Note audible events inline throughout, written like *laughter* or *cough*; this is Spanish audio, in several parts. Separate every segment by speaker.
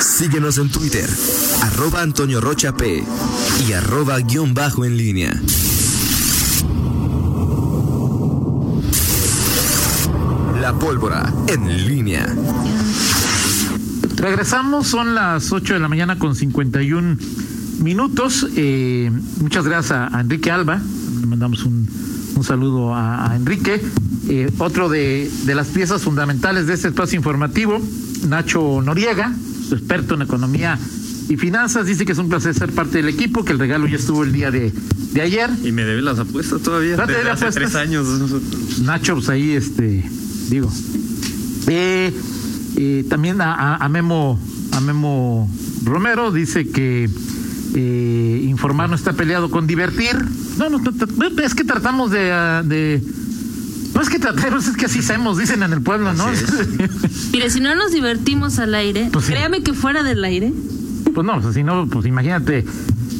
Speaker 1: Síguenos en Twitter, arroba Antonio Rocha P y arroba guión bajo en línea. La pólvora en línea.
Speaker 2: Regresamos, son las 8 de la mañana con 51 minutos. Eh, muchas gracias a Enrique Alba. Le mandamos un, un saludo a, a Enrique. Eh, otro de, de las piezas fundamentales de este espacio informativo, Nacho Noriega, su experto en economía y finanzas, dice que es un placer ser parte del equipo, que el regalo ya estuvo el día de, de ayer.
Speaker 3: Y me debe las apuestas todavía.
Speaker 2: Ya te
Speaker 3: desde
Speaker 2: debe
Speaker 3: hace
Speaker 2: apuestas.
Speaker 3: tres años.
Speaker 2: Nacho, pues ahí, este, digo. Eh, eh, también a, a- a Memo, a Memo Romero dice que eh, informar no está peleado con divertir. No, no, no, no, es que tratamos de, ah, de- no es que tratemos, es que así hacemos, dicen en el pueblo, ¿no?
Speaker 3: Así
Speaker 4: Mire, si no nos divertimos al aire,
Speaker 2: Pues sí.
Speaker 4: créame que fuera del aire.
Speaker 2: *laughs* Pues no, pues si no, pues imagínate,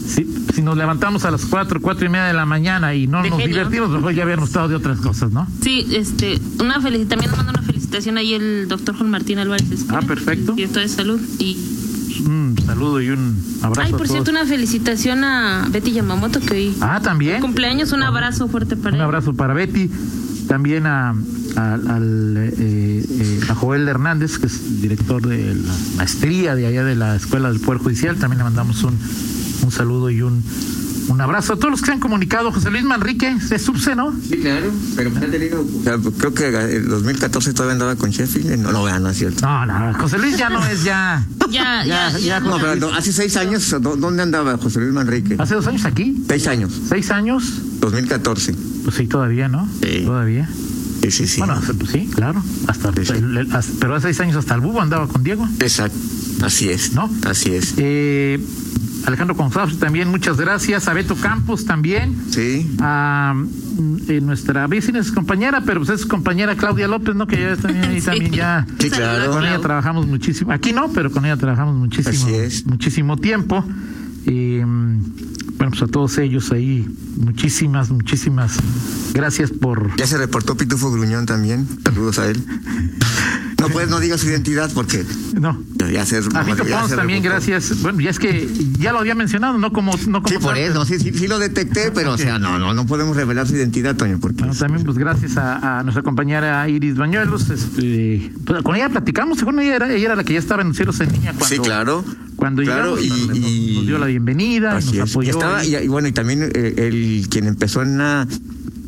Speaker 2: si, si nos levantamos a las cuatro, cuatro y media de la mañana y no
Speaker 4: De
Speaker 2: nos
Speaker 4: genio.
Speaker 2: divertimos, mejor ya habíamos estado de otras cosas, ¿no?
Speaker 4: Sí, este, una felicitación, también nos manda una felicitación ahí el doctor Juan Martín Álvarez. Esquina,
Speaker 2: Ah, perfecto.
Speaker 4: el Director de salud. Y,
Speaker 2: Un saludo y un abrazo.
Speaker 4: ay,
Speaker 2: a
Speaker 4: por
Speaker 2: todos.
Speaker 4: cierto, una felicitación a Betty Yamamoto que hoy
Speaker 2: Ah, también.
Speaker 4: cumpleaños, un abrazo fuerte para
Speaker 2: Un
Speaker 4: ella.
Speaker 2: abrazo para Betty, también a, a- al, eh, eh, a Joel Hernández, que es director de la maestría de allá de la Escuela del Poder Judicial. También le mandamos un, un saludo y un, un abrazo a todos los que se han comunicado. José Luis Manrique, se subse, ¿no?
Speaker 5: Sí, claro, pero pues ha tenido. O sea, creo que eh, el 2014 todavía andaba con Sheffield, eh, no lo gana, ¿cierto?
Speaker 2: No, no, José Luis ya no es ya.
Speaker 4: Ya,
Speaker 2: Ya,
Speaker 4: ya,
Speaker 2: ya, Ah.
Speaker 4: ya.
Speaker 5: No, pero no, hace seis años, ¿dó- ¿dónde andaba José Luis Manrique?
Speaker 2: Hace dos años aquí,
Speaker 5: Seis años,
Speaker 2: seis años.
Speaker 5: 2014.
Speaker 2: Pues sí, todavía, ¿no?
Speaker 5: Sí.
Speaker 2: Todavía.
Speaker 5: Sí, sí, sí.
Speaker 2: Bueno, pues sí, claro. Hasta,
Speaker 5: Sí, sí.
Speaker 2: el- el- hasta- pero hace seis años hasta el bubo andaba con Diego.
Speaker 5: Exacto, así es.
Speaker 2: ¿No?
Speaker 5: Así es.
Speaker 2: Eh, Alejandro González también, muchas gracias. A Beto Campos también.
Speaker 5: Sí.
Speaker 2: A mm, eh, nuestra vecina es compañera, pero pues es compañera Claudia López, ¿no? Que ya también, ahí
Speaker 4: Sí.
Speaker 2: también ya.
Speaker 5: *laughs* Sí, claro.
Speaker 2: Con ella trabajamos muchísimo. Aquí no, pero con ella trabajamos muchísimo,
Speaker 5: Así es.
Speaker 2: muchísimo tiempo. Eh, bueno, pues a todos ellos ahí, muchísimas, muchísimas gracias por.
Speaker 5: Ya se reportó Pitufo Gruñón también. Saludos a él. No puedes, no digas su identidad porque
Speaker 2: No.
Speaker 5: ya se.
Speaker 2: A Vito
Speaker 5: ya
Speaker 2: Pons
Speaker 5: se
Speaker 2: también,
Speaker 5: reportó.
Speaker 2: gracias. Bueno, ya es que ya lo había mencionado, no como. No como
Speaker 5: Sí, por eso, sí, sí, sí lo detecté, pero o sea, no, no, no podemos revelar su identidad, Toño, porque
Speaker 2: Bueno, también pues gracias a, a nuestra compañera Iris Bañuelos. Este, pues, con ella platicamos, según ella era, ella era la que ya estaba en los cielos en niña cuando,
Speaker 5: Sí, claro.
Speaker 2: cuando
Speaker 5: Claro,
Speaker 2: llegamos,
Speaker 5: y-
Speaker 2: nos,
Speaker 5: y-
Speaker 2: nos dio la bienvenida,
Speaker 5: Así
Speaker 2: nos
Speaker 5: es. Y
Speaker 2: apoyó.
Speaker 5: estaba- y, y bueno, y también eh, el quien empezó en la eh,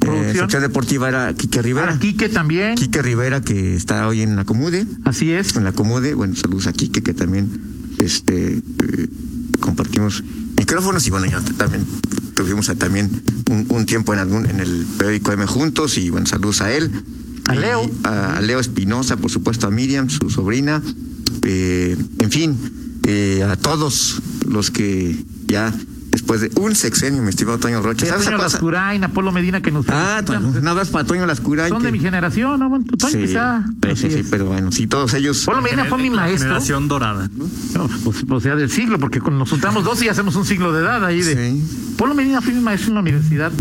Speaker 2: Producción.
Speaker 5: sección deportiva era Quique Rivera.
Speaker 2: Para Ah, Quique también,
Speaker 5: Quique Rivera, que está hoy en la Comude.
Speaker 2: así es.
Speaker 5: En la Comude, bueno, saludos a Quique, que también este, eh, compartimos micrófonos y bueno, ya también tuvimos a- también un, un tiempo en algún en el periódico M juntos y bueno, saludos a él.
Speaker 2: A Leo.
Speaker 5: Y A, a Leo Espinosa, por supuesto, a Miriam, su sobrina. eh, en fin, eh, a todos los que ya después de un sexenio, mi estimado Toño Rocha. ¿Sabes
Speaker 2: Antonio
Speaker 5: esa cosa?
Speaker 2: Lascurain, Apolo Medina que nos
Speaker 5: Ah, Toño,
Speaker 2: felicitan,
Speaker 5: un abrazo para Toño Lascurain.
Speaker 2: son de
Speaker 5: que-
Speaker 2: mi generación, ¿no? Bueno, tú, Toño,
Speaker 5: Sí,
Speaker 2: quizá.
Speaker 5: sí,
Speaker 2: así
Speaker 5: sí, sí,
Speaker 2: es.
Speaker 5: pero bueno, sí, todos ellos.
Speaker 2: Apolo Medina fue mi
Speaker 3: La
Speaker 2: maestro.
Speaker 3: Generación dorada.
Speaker 2: No, pues, pues, sea del siglo, porque con- nos juntamos dos y hacemos un siglo de edad ahí de.
Speaker 5: Sí.
Speaker 2: Polo Medina fue mi maestro en la universidad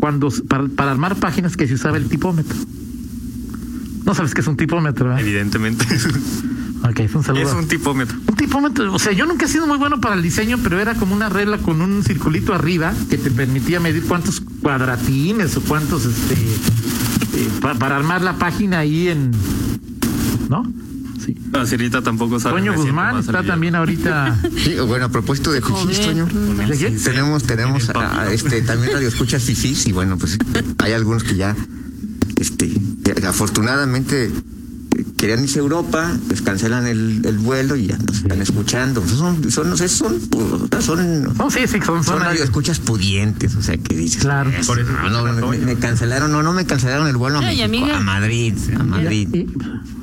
Speaker 2: cuando s- para, para armar páginas que se usaba el tipómetro. No sabes qué es un tipómetro, ¿eh?
Speaker 3: Evidentemente.
Speaker 2: Ok, es un saludo.
Speaker 3: es un tipómetro.
Speaker 2: Un tipómetro, o sea, yo nunca he sido muy bueno para el diseño, pero era como una regla con un circulito arriba que te permitía medir cuántos cuadratines o cuántos, este, eh, pa- para armar la página ahí en, ¿no? Sí.
Speaker 3: La Cirita tampoco sabe.
Speaker 2: Toño
Speaker 3: me siento
Speaker 2: Guzmán
Speaker 3: más
Speaker 2: está
Speaker 3: aliviado.
Speaker 2: también
Speaker 3: *laughs*
Speaker 2: ahorita.
Speaker 5: Sí, bueno, a propósito de fifís,
Speaker 4: Joder,
Speaker 5: Toño.
Speaker 2: ¿De quién?
Speaker 5: Sí, Tenemos, tenemos
Speaker 3: en el
Speaker 5: a- a
Speaker 3: papiro.
Speaker 5: este, también radioescuchas fifís y bueno, pues hay algunos que ya, este, que afortunadamente eh, querían irse a Europa, les cancelan el, el vuelo y ya nos están escuchando. Pues, Son, son, no sé, son, pu- son,
Speaker 2: No, sí, sí, son,
Speaker 5: son
Speaker 2: son
Speaker 5: radioescuchas pudientes, o sea, que dices.
Speaker 2: Claro.
Speaker 5: "Es-
Speaker 3: Por eso
Speaker 5: no, no,
Speaker 3: Toño".
Speaker 5: me, me cancelaron, no, no me cancelaron el vuelo a,
Speaker 4: Ay,
Speaker 5: México,
Speaker 4: amiga.
Speaker 5: a Madrid, a Madrid.
Speaker 2: Y-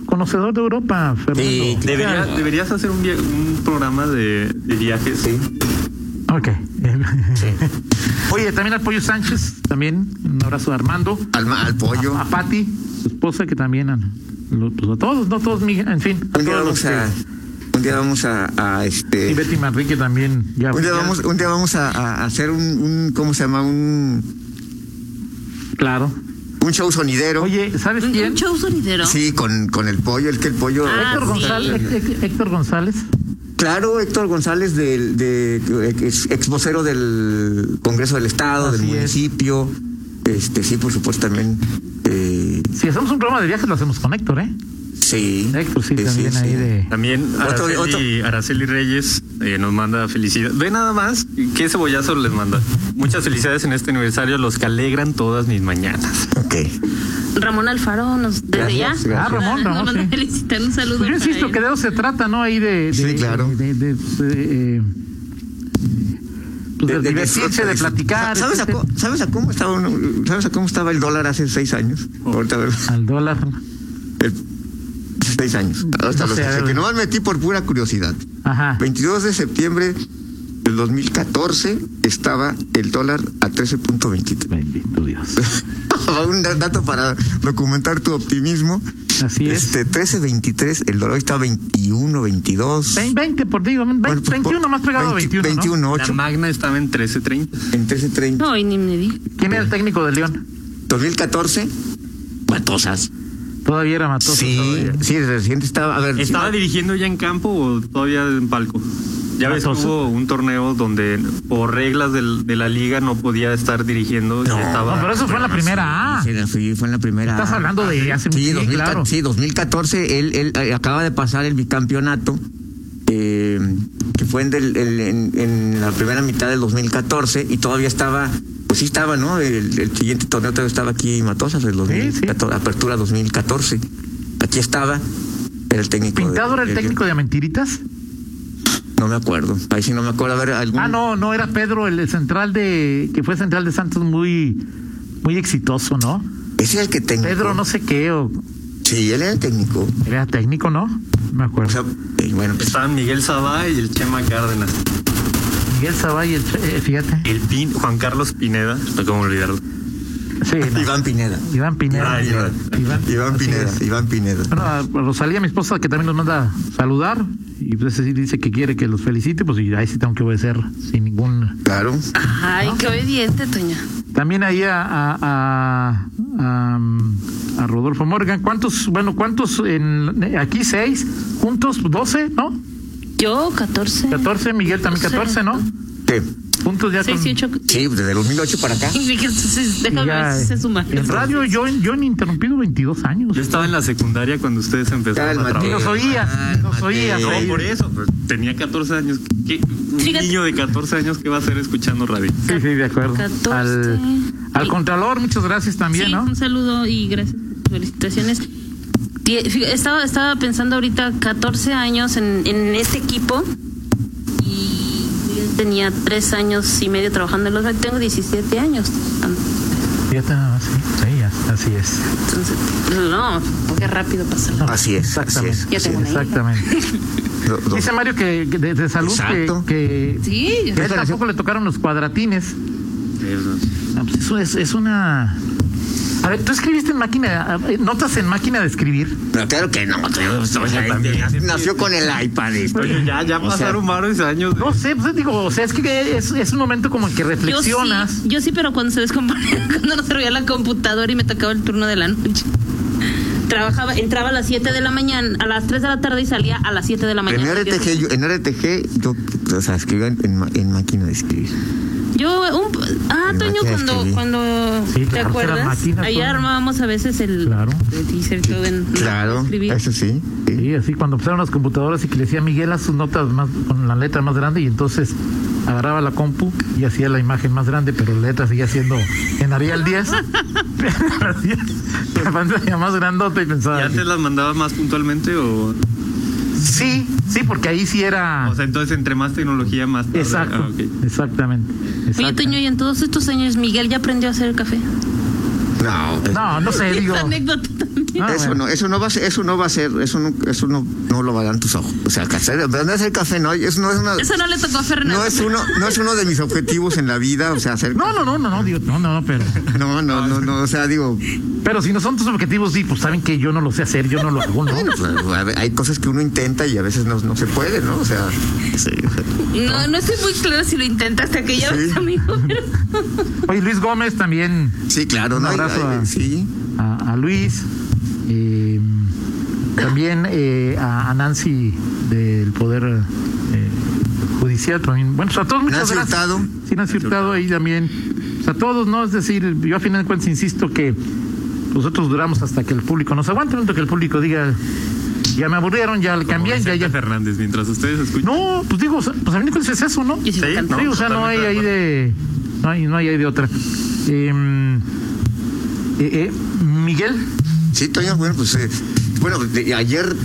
Speaker 2: Conocedor de Europa, Fernando.
Speaker 5: Sí,
Speaker 3: Debería- deberías hacer un, via- un programa de, de viajes.
Speaker 5: Sí.
Speaker 2: Ok.
Speaker 5: Sí.
Speaker 2: *laughs* Oye, también al Pollo Sánchez, también un abrazo a Armando,
Speaker 5: Al, ma- al pollo. *laughs*
Speaker 2: a, a Patti, su esposa, que también a, lo- pues a todos, no todos, mi- en fin. a
Speaker 5: Un día
Speaker 2: todos
Speaker 5: vamos
Speaker 2: los que-
Speaker 5: a, un día vamos a, a este.
Speaker 2: Y Betty Manrique también. Ya,
Speaker 5: Un día
Speaker 2: ya-
Speaker 5: vamos, un día vamos a, a hacer un, un, ¿cómo se llama? Un,
Speaker 2: Claro.
Speaker 5: un show sonidero.
Speaker 2: Oye, ¿sabes
Speaker 4: Un,
Speaker 2: quién?
Speaker 4: un show sonidero.
Speaker 5: Sí, con, con el pollo, el que el pollo.
Speaker 4: Ah,
Speaker 2: Héctor
Speaker 4: sí.
Speaker 2: González, Héctor González,
Speaker 5: Claro, Héctor González, del, de, ex ex vocero del Congreso del Estado,
Speaker 2: Así
Speaker 5: del
Speaker 2: es.
Speaker 5: municipio. Este, sí, por supuesto, también. eh,
Speaker 2: Si hacemos un programa de viajes, lo hacemos con Héctor, ¿eh?
Speaker 5: sí.
Speaker 2: Héctor, sí, también ahí de.
Speaker 3: También
Speaker 5: Otro-
Speaker 3: Araceli, Araceli Reyes eh, nos manda felicidades. Ve nada más qué cebollazo les manda. Muchas felicidades en este aniversario, los que alegran todas mis mañanas.
Speaker 2: pues,
Speaker 5: Ok.
Speaker 4: Ramón Alfaro nos desde ya.
Speaker 5: Gracias, gracias.
Speaker 2: Ah, Ramón,
Speaker 4: nos
Speaker 2: Ramón,
Speaker 4: manda
Speaker 2: sí.
Speaker 4: a felicitar un saludo.
Speaker 2: Pues yo
Speaker 4: para
Speaker 2: insisto
Speaker 4: él.
Speaker 2: que de eso se trata, ¿no? Ahí de. de-
Speaker 5: Sí, claro.
Speaker 2: De, de, de, eh, pues, de divertirse,
Speaker 5: disfrute,
Speaker 2: de
Speaker 5: disfrute.
Speaker 2: platicar.
Speaker 5: ¿Sabes a,
Speaker 2: etcétera.
Speaker 5: cómo, sabes a cómo estaba uno- sabes a cómo estaba el dólar hace seis años? Ahorita,
Speaker 2: Al dólar.
Speaker 5: el- seis años. Ahorita
Speaker 2: O
Speaker 5: los
Speaker 2: sea,
Speaker 5: que no metí por pura curiosidad.
Speaker 2: Ajá.
Speaker 5: 22 de septiembre del 2014 estaba el dólar a 13.23.
Speaker 2: Bendito Dios.
Speaker 5: *laughs* Un dato para documentar tu optimismo.
Speaker 2: Así es.
Speaker 5: Este 13.23, el dólar está 21, 22.
Speaker 2: Vein- 20, por digo, vein-
Speaker 5: Bueno, pues,
Speaker 2: 21
Speaker 5: por-
Speaker 2: más pegado a
Speaker 5: 20,
Speaker 2: 21. ¿no?
Speaker 5: 21,
Speaker 3: La
Speaker 5: 8.
Speaker 3: magna estaba en 13.30.
Speaker 5: En 13.30.
Speaker 4: No, y ni me di.
Speaker 2: ¿Quién era el técnico de León?
Speaker 5: 2014. Matosas.
Speaker 2: Todavía era Matoso.
Speaker 5: Sí,
Speaker 2: todavía.
Speaker 5: sí, reciente estaba. A ver,
Speaker 3: ¿Estaba dirigiendo ya en campo o todavía en palco? Ya ves, que
Speaker 2: Entonces-
Speaker 3: hubo un torneo donde por reglas del- de la liga no podía estar dirigiendo. y
Speaker 5: No,
Speaker 3: estaba,
Speaker 2: No, pero eso fue en la primera A.
Speaker 5: Sí, sí, fue en la primera.
Speaker 2: Ah. Estás hablando de hace
Speaker 5: Sí,
Speaker 2: mucho
Speaker 5: 2000
Speaker 2: claro.
Speaker 5: sí, 2014, él, él, eh, acaba de pasar el bicampeonato, eh, que fue en, del- el- en- en la primera mitad del 2014, y todavía estaba, pues sí estaba, ¿no? El, el siguiente torneo todavía estaba aquí en Matosas, el 2014, apertura 2014. Aquí estaba era el técnico. de-
Speaker 2: ¿Pintado era el
Speaker 5: de-
Speaker 2: técnico de Mentiritas?
Speaker 5: Mm. No me acuerdo, ahí sí no me acuerdo. A ver, algún...
Speaker 2: Ah, no, no era Pedro, el central de. que fue central de Santos muy. muy exitoso, ¿no?
Speaker 5: Ese era el que técnico.
Speaker 2: Pedro no sé qué, o.
Speaker 5: Sí, él era el técnico.
Speaker 2: era técnico, ¿no? Me
Speaker 5: O
Speaker 2: acuerdo.
Speaker 5: sea, eh, bueno, pues,
Speaker 3: Estaban Miguel Sabá y el Chema Cárdenas.
Speaker 2: Miguel Sabay, el, eh, fíjate.
Speaker 3: El Pin, Juan Carlos Pineda, no cómo olvidarlo.
Speaker 2: Sí, no.
Speaker 5: Iván Pineda.
Speaker 2: Iván Pineda.
Speaker 3: Ah, Iván.
Speaker 5: Iván
Speaker 2: así
Speaker 5: Pineda,
Speaker 2: es.
Speaker 5: Iván Pineda.
Speaker 2: Bueno, a Rosalía, mi esposa, que también nos manda saludar, y pues sí dice que quiere que los felicite, pues y ahí sí tengo que obedecer sin ningún.
Speaker 5: Claro.
Speaker 4: Ay, qué obediente, Toña.
Speaker 2: También ahí a, a, a, a, mm, a Rodolfo Morgan, ¿cuántos, bueno, cuántos en, aquí seis, juntos doce, ¿no?
Speaker 4: Yo, 14.
Speaker 2: 14, Miguel también 14, ¿no?
Speaker 5: Sí,
Speaker 2: Juntos ya con,
Speaker 4: 6 y 8.
Speaker 5: sí, desde el 2008 para acá.
Speaker 4: Entonces,
Speaker 2: y
Speaker 4: déjame
Speaker 2: ya,
Speaker 4: ver si se suma.
Speaker 2: En radio yo, yo interrumpido 22 años.
Speaker 3: Yo estaba en la secundaria cuando ustedes empezaron
Speaker 5: Cálmate.
Speaker 3: a
Speaker 2: Ni
Speaker 3: trabajar.
Speaker 2: nos oías, ni nos
Speaker 5: Cálmate.
Speaker 2: oías.
Speaker 3: No,
Speaker 2: ahí.
Speaker 3: por eso. pues, tenía 14 años. ¿Qué- un
Speaker 4: Fíjate.
Speaker 3: niño de 14 años que va a estar escuchando radio?
Speaker 2: Sí, sí, de acuerdo.
Speaker 4: 14.
Speaker 2: Al, al
Speaker 4: Sí.
Speaker 2: Contralor, muchas gracias también,
Speaker 4: sí, pues.
Speaker 2: ¿no?
Speaker 4: un saludo y gracias por tus felicitaciones. Die- fí- Estaba, estaba pensando ahorita 14 años en, en este equipo y yo tenía 3 años y medio trabajando en los medios. Tengo 17 años.
Speaker 2: Fíjate nada más, sí, sí, ya, así es.
Speaker 4: Entonces, no, qué rápido pasa. el-
Speaker 5: Así es, así es.
Speaker 4: Ya
Speaker 5: así
Speaker 4: tengo
Speaker 5: es.
Speaker 4: una
Speaker 5: *laughs*
Speaker 4: hija.
Speaker 2: Exactamente.
Speaker 5: Do- do-
Speaker 2: Dice Mario que, que de, de salud que,
Speaker 5: Exacto.
Speaker 2: que,
Speaker 4: Sí,
Speaker 2: que a él tampoco le tocaron los cuadratines. No, pues eso es, es una. A ver, tú escribiste en máquina, eh, notas en máquina de escribir.
Speaker 5: No, claro que no. yo soy-
Speaker 3: Yo también.
Speaker 5: Nació con el iPad. este. esto.
Speaker 3: Oye, ya, ya
Speaker 5: O sea,
Speaker 3: pasaron varios años.
Speaker 2: No sé, pues, digo, o sea, es que es, es un momento como en que
Speaker 4: Yo sí,
Speaker 2: reflexionas.
Speaker 4: yo sí, pero cuando se descomponía, *laughs* cuando no servía la computadora y me tocaba el turno de la noche. Trabajaba, entraba a las 7 de la mañana, a las 3 de la tarde y salía a las 7 de la
Speaker 5: En
Speaker 4: mañana.
Speaker 5: RTG, yo, en RTG, yo, o sea, escribía en, en ma- en máquina de escribir.
Speaker 4: Yo, un, ah,
Speaker 5: En
Speaker 4: Toño,
Speaker 5: máquina de
Speaker 4: cuando,
Speaker 5: escribir.
Speaker 4: cuando
Speaker 2: Sí,
Speaker 4: ¿te
Speaker 2: claro, que era
Speaker 4: acuerdas?
Speaker 2: máquina,
Speaker 4: Ahí
Speaker 2: Toño.
Speaker 4: armábamos a veces el,
Speaker 2: Claro.
Speaker 4: el t-shirt todo en
Speaker 5: Claro,
Speaker 4: escribir.
Speaker 5: eso sí. Eh, sí.
Speaker 2: Sí, así cuando empezaron las computadoras y que le decía Miguel a sus notas más, con la letra más grande y entonces agarraba la compu y hacía la imagen más grande, pero la letra seguía siendo en Arial *laughs* 10. pero hacía la pantalla más grandota y
Speaker 3: ¿Y
Speaker 2: pensaba.
Speaker 3: antes las mandaba más puntualmente o...?
Speaker 2: Sí, sí, porque ahí sí era.
Speaker 5: Ah.
Speaker 3: O sea, entonces entre más tecnología, más... tarde.
Speaker 2: exacto,
Speaker 3: Ah, ok.
Speaker 2: exactamente.
Speaker 4: Oye,
Speaker 2: exactamente.
Speaker 4: Toño, y en todos estos años, Miguel ya aprendió a hacer el café.
Speaker 5: No, eh,
Speaker 2: No, no sé, digo.
Speaker 4: Esta anécdota también.
Speaker 2: Ah,
Speaker 5: eso
Speaker 2: bueno.
Speaker 5: no, eso no va a ser, eso no va a ser, eso no, eso no, no lo darán tus ojos. O sea, hacer, hacer café no, eso no es una,
Speaker 4: Eso no le tocó a Fernando.
Speaker 5: no es uno, no es uno de mis objetivos en la vida, o sea, hacer,
Speaker 2: No, no, no, no, no, digo, no, no, pero.
Speaker 5: *laughs* no, no, no, no, o
Speaker 2: *laughs*
Speaker 5: sea, digo,
Speaker 2: Pero si no son tus objetivos, sí, pues saben que yo no lo sé hacer, yo no lo hago, ¿no?
Speaker 5: Bueno, pues, a ver, hay cosas que uno intenta y a veces no, no se puede, ¿no? O sea, sí, o sea,
Speaker 4: No, no estoy muy clara si lo intentaste aquella
Speaker 5: Sí.
Speaker 4: vez, amigo. pero-
Speaker 5: *laughs*
Speaker 2: Oye, Luis Gómez también.
Speaker 5: sí, claro,
Speaker 2: Un
Speaker 5: ¿no? Hay-
Speaker 2: abrazo
Speaker 5: hay-
Speaker 2: a-
Speaker 5: sí,
Speaker 2: a, a Luis, eh, también eh, a, a Nancy del Poder desperdiciar también. Bueno, pues a todos muchas
Speaker 5: Nancy
Speaker 2: gracias.
Speaker 5: Hurtado.
Speaker 2: Sí, Nancy Hurtado ahí también. Pues a todos, ¿no? Es decir, yo a final de cuentas insisto que nosotros duramos hasta que el público nos aguante, tanto que el público diga, ya me aburrieron, ya le cambié, ya, ya.
Speaker 3: Fernández, mientras ustedes escuchan.
Speaker 2: No, pues digo, o sea, pues a fin de cuentas es eso, ¿no?
Speaker 4: Y si me
Speaker 3: Sí,
Speaker 4: encanta.
Speaker 2: Sí, o sea, no hay ahí de. No hay, no hay ahí de otra. Em, eh, eh, Miguel.
Speaker 5: Sí, Toño, bueno, pues. eh, bueno, de- ayer,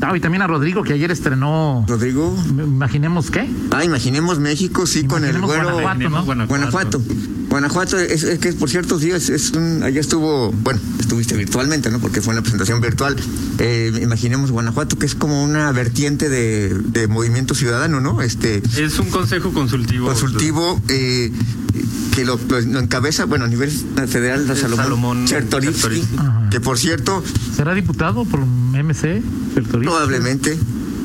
Speaker 2: Ah, y también a Rodrigo, que ayer estrenó.
Speaker 5: Rodrigo.
Speaker 2: Imaginemos qué.
Speaker 5: Ah, imaginemos México, sí, con el
Speaker 2: Imaginemos
Speaker 5: güero.
Speaker 2: Guanajuato, ¿no?
Speaker 5: Guanajuato. Guanajuato, es, es que por cierto, sí, es, es un. Allá estuvo. Bueno, estuviste virtualmente, ¿no? Porque fue una presentación virtual. Eh, imaginemos Guanajuato, que es como una vertiente de, de movimiento ciudadano, ¿no? Este.
Speaker 3: Es un consejo consultivo.
Speaker 5: consultivo eh, que lo, lo- lo encabeza, bueno, a nivel federal, la
Speaker 3: Es
Speaker 5: Salomón,
Speaker 3: Salomón
Speaker 5: Chertorivsky,
Speaker 3: Chertorivsky.
Speaker 2: Ajá.
Speaker 5: que por cierto,
Speaker 2: ¿Será diputado por MC? Pertorí?
Speaker 5: probablemente,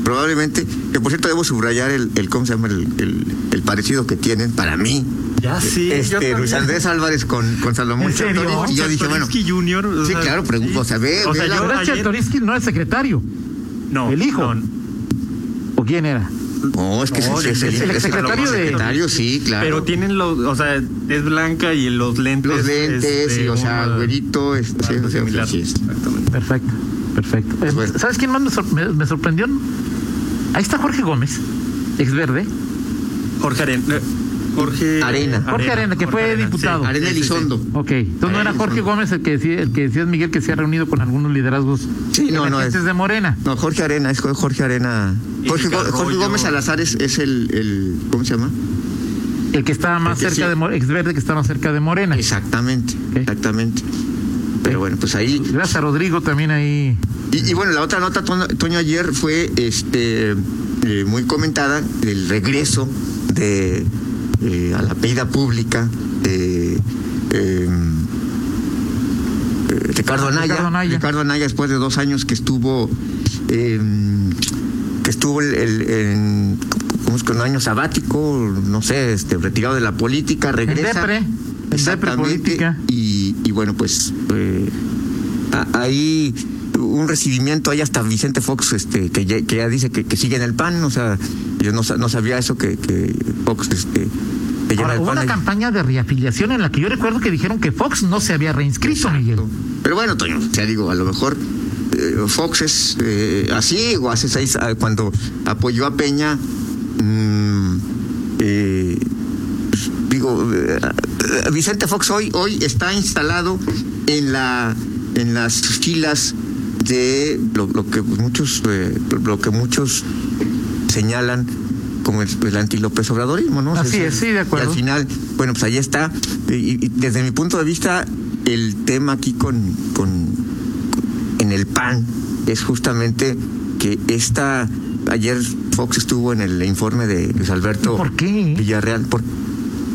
Speaker 5: probablemente, que por cierto debo subrayar el, el ¿cómo se llama? El, el- el parecido que tienen para mí.
Speaker 3: Ya sí. yo
Speaker 5: este,
Speaker 3: también.
Speaker 5: Luis Andrés Álvarez con, con Salomón
Speaker 2: ¿En serio?
Speaker 5: Chertorivsky. Y yo dije, bueno,
Speaker 3: Chertorivsky Jr., o
Speaker 5: sí,
Speaker 3: sea,
Speaker 5: claro, pero,
Speaker 3: sí.
Speaker 5: o sea, ve,
Speaker 3: O sea,
Speaker 5: ve la-
Speaker 3: yo-
Speaker 2: Pero es
Speaker 3: ayer-
Speaker 2: Chertorivsky no es secretario.
Speaker 3: No,
Speaker 2: el hijo.
Speaker 3: no,
Speaker 2: ¿O quién era?
Speaker 5: no, es que
Speaker 3: No,
Speaker 5: es, es-
Speaker 3: el
Speaker 5: es- es- es-
Speaker 2: secretario
Speaker 5: el
Speaker 2: de-
Speaker 5: secretario, sí, claro.
Speaker 3: Pero tienen los, o sea, es blanca y los lentes.
Speaker 5: los lentes,
Speaker 3: este,
Speaker 5: y, o sea,
Speaker 3: una-
Speaker 5: güerito, es, sí,
Speaker 3: algo
Speaker 5: o sea,
Speaker 3: similar.
Speaker 5: sí, es-
Speaker 3: Exactamente.
Speaker 2: Perfecto, perfecto. Eh,
Speaker 5: Bueno.
Speaker 2: ¿Sabes quién más me, sor- me- me sorprendió? Ahí está Jorge Gómez, ex verde.
Speaker 3: Jorge Arena. Jorge
Speaker 5: Arena.
Speaker 2: Jorge Arena, que fue diputado.
Speaker 5: Arena
Speaker 3: Sí, sí, sí.
Speaker 5: Elizondo.
Speaker 2: Ok, entonces no era Jorge Gómez el que decía, el que decías Miguel que se ha reunido con algunos liderazgos
Speaker 5: Sí, no, no, es-
Speaker 2: emergentes de Morena.
Speaker 5: No, Jorge Arena, es Jorge Arena.
Speaker 3: Y
Speaker 5: Jorge, Go-
Speaker 3: Carollo.
Speaker 5: Jorge Gómez Salazar es, es el, el- ¿Cómo se llama?
Speaker 2: El que estaba más
Speaker 5: El que
Speaker 2: cerca
Speaker 5: sí.
Speaker 2: de Morena, ex verde que está más cerca de Morena.
Speaker 5: Exactamente,
Speaker 2: Ok.
Speaker 5: exactamente. Pero bueno, pues ahí.
Speaker 2: Gracias a Rodrigo también ahí.
Speaker 5: Y, y bueno, la otra nota, Toño, Toño, ayer fue este eh, muy comentada el regreso de eh, a la pedida pública de eh, eh, Ricardo Anaya.
Speaker 2: Ricardo Anaya.
Speaker 5: Ricardo Anaya, después de dos años que estuvo eh, que estuvo el, el- en ¿cómo es que? un año sabático, no sé, este, retirado de la política, regresa.
Speaker 2: depre, en depre política.
Speaker 5: Y, y bueno, pues eh, a- hay un recibimiento, hay hasta Vicente Fox este, que, ya, que ya dice que, que sigue en el PAN, o sea, yo no, sa- no sabía eso, que, que Fox este, que
Speaker 2: Ahora,
Speaker 5: lleva el
Speaker 2: hubo
Speaker 5: PAN
Speaker 2: una
Speaker 5: ahí.
Speaker 2: campaña de reafiliación en la que yo recuerdo que dijeron que Fox no se había reinscrito, Miguel.
Speaker 5: Pero bueno, Toño, o sea, digo, a lo mejor eh, Fox es eh, así, o hace seis, ah, cuando apoyó a Peña, mm, eh, digo, eh, eh, Vicente Fox hoy, hoy está instalado en, la, en las filas de lo, lo que muchos, eh, lo- lo que muchos señalan como el, el anti-López Obradorismo, ¿no? O sea,
Speaker 2: Así es, sí, de acuerdo.
Speaker 5: y al final, bueno, pues ahí está. Y, y- y desde mi punto de vista, el tema aquí con, con- en el PAN es justamente que esta. Ayer Fox estuvo en el informe de Luis Alberto
Speaker 2: ¿Por qué?
Speaker 5: Villarreal. ¿Por,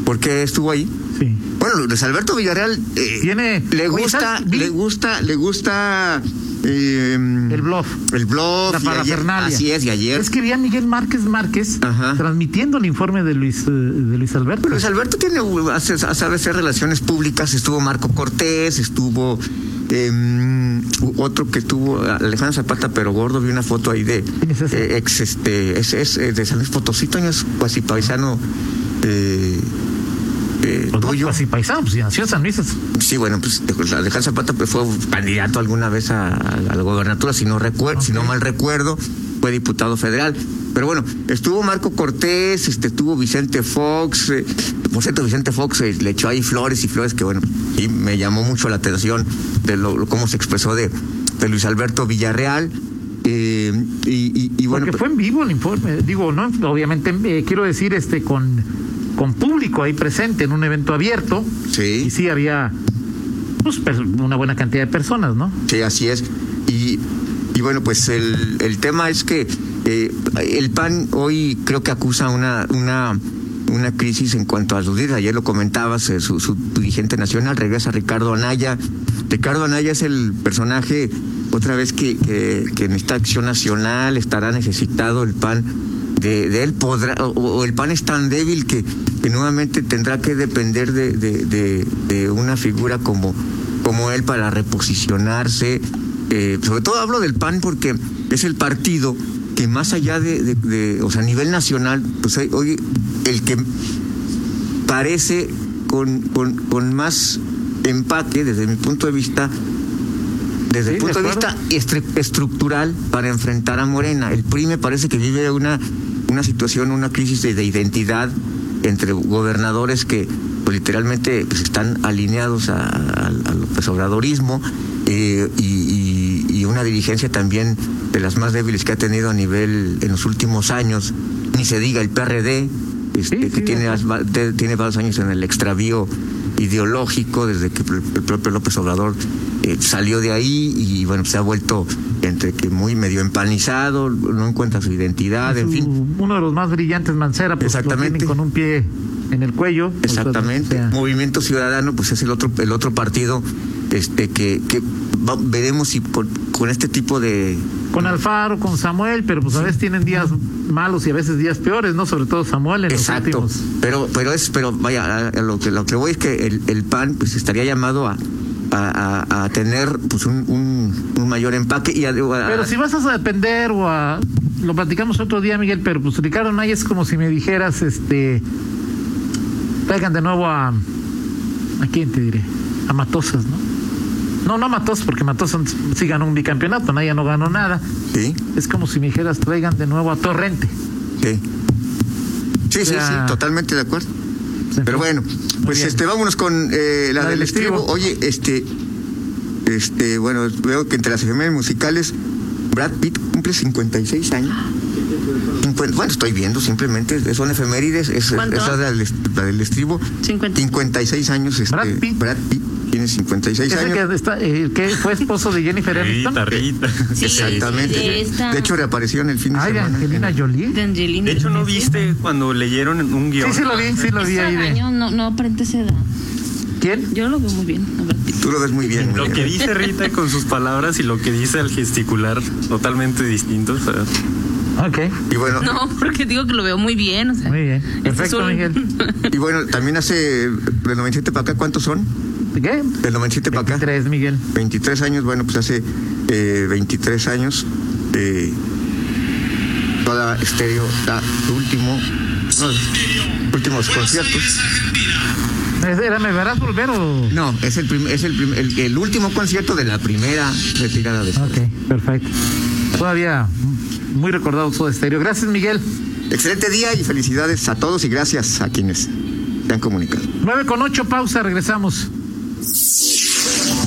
Speaker 5: por qué estuvo ahí?
Speaker 2: Sí.
Speaker 5: Bueno, Luis Alberto Villarreal eh,
Speaker 2: Tiene-
Speaker 5: le
Speaker 2: Oye,
Speaker 5: gusta,
Speaker 2: ¿sabes? Vi-
Speaker 5: le gusta, le gusta eh,
Speaker 2: El bluff.
Speaker 5: el blog,
Speaker 2: La parafernalia.
Speaker 5: así es y ayer.
Speaker 2: Es que vi a Miguel Márquez Márquez
Speaker 5: Ajá.
Speaker 2: transmitiendo el informe de Luis, eh, de Luis Alberto.
Speaker 5: Luis Alberto tiene, uh, hace- sabe hacer relaciones públicas, estuvo Marco Cortés, estuvo em, u- otro que estuvo Alejandro Zapata, pero gordo, vi una foto ahí de
Speaker 2: es ese?
Speaker 5: eh, ex este, es, es, eh, de San Luis Potosí, Toño, es cuasi paisano eh, eh,
Speaker 2: Pues no,
Speaker 5: tuyo.
Speaker 2: Así paisano, pues si nació en San Luis. es-
Speaker 5: Sí, bueno, pues Alejandro Zapata pues, fue candidato alguna vez a, a la gobernatura, si no recuerdo, si no mal recuerdo, fue diputado federal. Pero bueno, estuvo Marco Cortés, este, estuvo Vicente Fox, eh, por cierto, Vicente Fox eh, le echó ahí flores y flores que bueno, y me llamó mucho la atención de lo, lo- cómo se expresó de, de Luis Alberto Villarreal. eh, y, y- y, bueno,
Speaker 2: porque
Speaker 5: pues,
Speaker 2: fue en vivo el informe. Digo, no, obviamente, eh, quiero decir, este, con, con público ahí presente en un evento abierto.
Speaker 5: sí.
Speaker 2: Y sí había pues, per- una buena cantidad de personas, ¿no?
Speaker 5: Sí, así es. Y, y bueno, pues el, el tema es que eh, el PAN hoy creo que acusa una, una, una crisis en cuanto a sus líderes. Ayer lo comentabas, eh, su, su dirigente nacional regresa Ricardo Anaya. Ricardo Anaya es el personaje, otra vez, que, que, que en esta acción nacional estará necesitado el PAN de, de él podrá, o, o el PAN es tan débil que, que nuevamente tendrá que depender de, de- de- de una figura como, como él para reposicionarse. Eh, sobre todo hablo del PAN porque es el partido que más allá de, de- de- o sea, a nivel nacional, pues hay- hoy el que parece con, con, con más empaque, desde mi punto de vista, desde
Speaker 2: Sí,
Speaker 5: el
Speaker 2: de
Speaker 5: punto de,
Speaker 2: acuerdo.
Speaker 5: vista estre- estructural para enfrentar a Morena. El PRI me parece que vive una, una situación, una crisis de, de identidad entre gobernadores que pues, literalmente pues, están alineados a- a- al López Obradorismo eh, y, y- y una dirigencia también de las más débiles que ha tenido a nivel en los últimos años, ni se diga el PRD, este,
Speaker 2: Sí,
Speaker 5: que
Speaker 2: sí,
Speaker 5: tiene,
Speaker 2: de acuerdo.
Speaker 5: las va- te- tiene varios años en el extravío ideológico desde que pr- el propio López Obrador eh, salió de ahí y bueno se ha vuelto entre que muy medio empanizado no encuentra su identidad en
Speaker 2: Su-
Speaker 5: fin
Speaker 2: Uno de los más brillantes, Mancera, pues
Speaker 5: Ah, Exactamente.
Speaker 2: lo tienen con un pie en el cuello.
Speaker 5: Exactamente.
Speaker 2: O sea,
Speaker 5: Movimiento Ciudadano, pues es el otro, el otro partido, este, que, que va- veremos si por- con este tipo de
Speaker 2: con Alfaro, con Samuel, pero pues a veces tienen días malos y a veces días peores, ¿no? Sobre todo Samuel en
Speaker 5: Exacto.
Speaker 2: los últimos.
Speaker 5: Pero, pero es, pero vaya, a- a lo que lo que voy es que el, el PAN pues estaría llamado a, a, a- a tener pues un, un, un mayor empaque y a, a-
Speaker 2: Pero si vas a depender o a... Lo platicamos otro día, Miguel, pero pues Ricardo Nay es como si me dijeras, este... Traigan de nuevo a... ¿A quién te diré? A Matosas, ¿no? No, no a Matosas, porque Matosas sí ganó un bicampeonato, Naya no ganó nada.
Speaker 5: sí,
Speaker 2: Es como si me dijeras, traigan de nuevo a Torrente.
Speaker 5: sí. Sí, sí, sí,
Speaker 2: sea,
Speaker 5: totalmente de acuerdo.
Speaker 2: Pues, en
Speaker 5: Pero
Speaker 2: fin.
Speaker 5: bueno, pues
Speaker 2: bien.
Speaker 5: este, vámonos con eh, la,
Speaker 2: La
Speaker 5: del
Speaker 2: del
Speaker 5: estribo.
Speaker 2: estribo.
Speaker 5: Oye, este, este, bueno, veo que entre las efemérides musicales, Brad Pitt cumple 56 años. Cincuenta- bueno, estoy viendo, simplemente son efemérides, es, es la,
Speaker 4: ¿Cuánto?
Speaker 5: del, est- la del estribo.
Speaker 4: Cincuenta.
Speaker 5: 56 años, este,
Speaker 2: Brad Pitt.
Speaker 5: Pitt tiene
Speaker 2: ¿Es
Speaker 5: 56
Speaker 2: el
Speaker 5: años.
Speaker 2: que, está- eh, que fue esposo de Jennifer
Speaker 3: Rita,
Speaker 2: Aniston?
Speaker 3: Rita.
Speaker 4: Sí,
Speaker 5: Exactamente.
Speaker 4: de esta-
Speaker 5: De hecho, reapareció en el fin de
Speaker 2: Ay, de
Speaker 5: semana.
Speaker 2: Angelina Jolie.
Speaker 4: De Angelina.
Speaker 3: De hecho, ¿no viste cuando leyeron un guión?
Speaker 2: Sí, sí lo vi, sí lo vi
Speaker 4: Ese
Speaker 2: ahí. De...
Speaker 4: año no, no aparente esa edad.
Speaker 2: ¿Quién?
Speaker 4: Yo lo veo muy bien. la verdad.
Speaker 5: Tú lo ves muy bien.
Speaker 3: Lo
Speaker 5: Miguel.
Speaker 3: que dice Rita con sus palabras y lo que dice al gesticular, totalmente distintos. o sea,
Speaker 2: Ok,
Speaker 5: Y bueno,
Speaker 4: No, porque digo que lo veo muy bien. O sea,
Speaker 2: muy bien.
Speaker 4: este es
Speaker 2: Perfecto,
Speaker 4: un-
Speaker 2: Miguel.
Speaker 4: *laughs*
Speaker 5: y bueno, también hace eh, del 97 para acá, ¿cuántos son?
Speaker 2: ¿Qué?
Speaker 5: Del 97 para acá.
Speaker 2: Tres, Miguel.
Speaker 5: 23 años, bueno, pues hace eh, 23 años, eh, toda estéreo, da su último, uno de sus últimos conciertos.
Speaker 2: Era, ¿Me verás volver o...?
Speaker 5: No, es el, prim- es el, prim- el, el último concierto de la primera retirada de
Speaker 2: Ok, perfecto. Todavía muy recordado todo estéreo. Gracias, Miguel.
Speaker 5: Excelente día y felicidades a todos y gracias a quienes se han comunicado.
Speaker 2: 9 con 8, pausa, regresamos.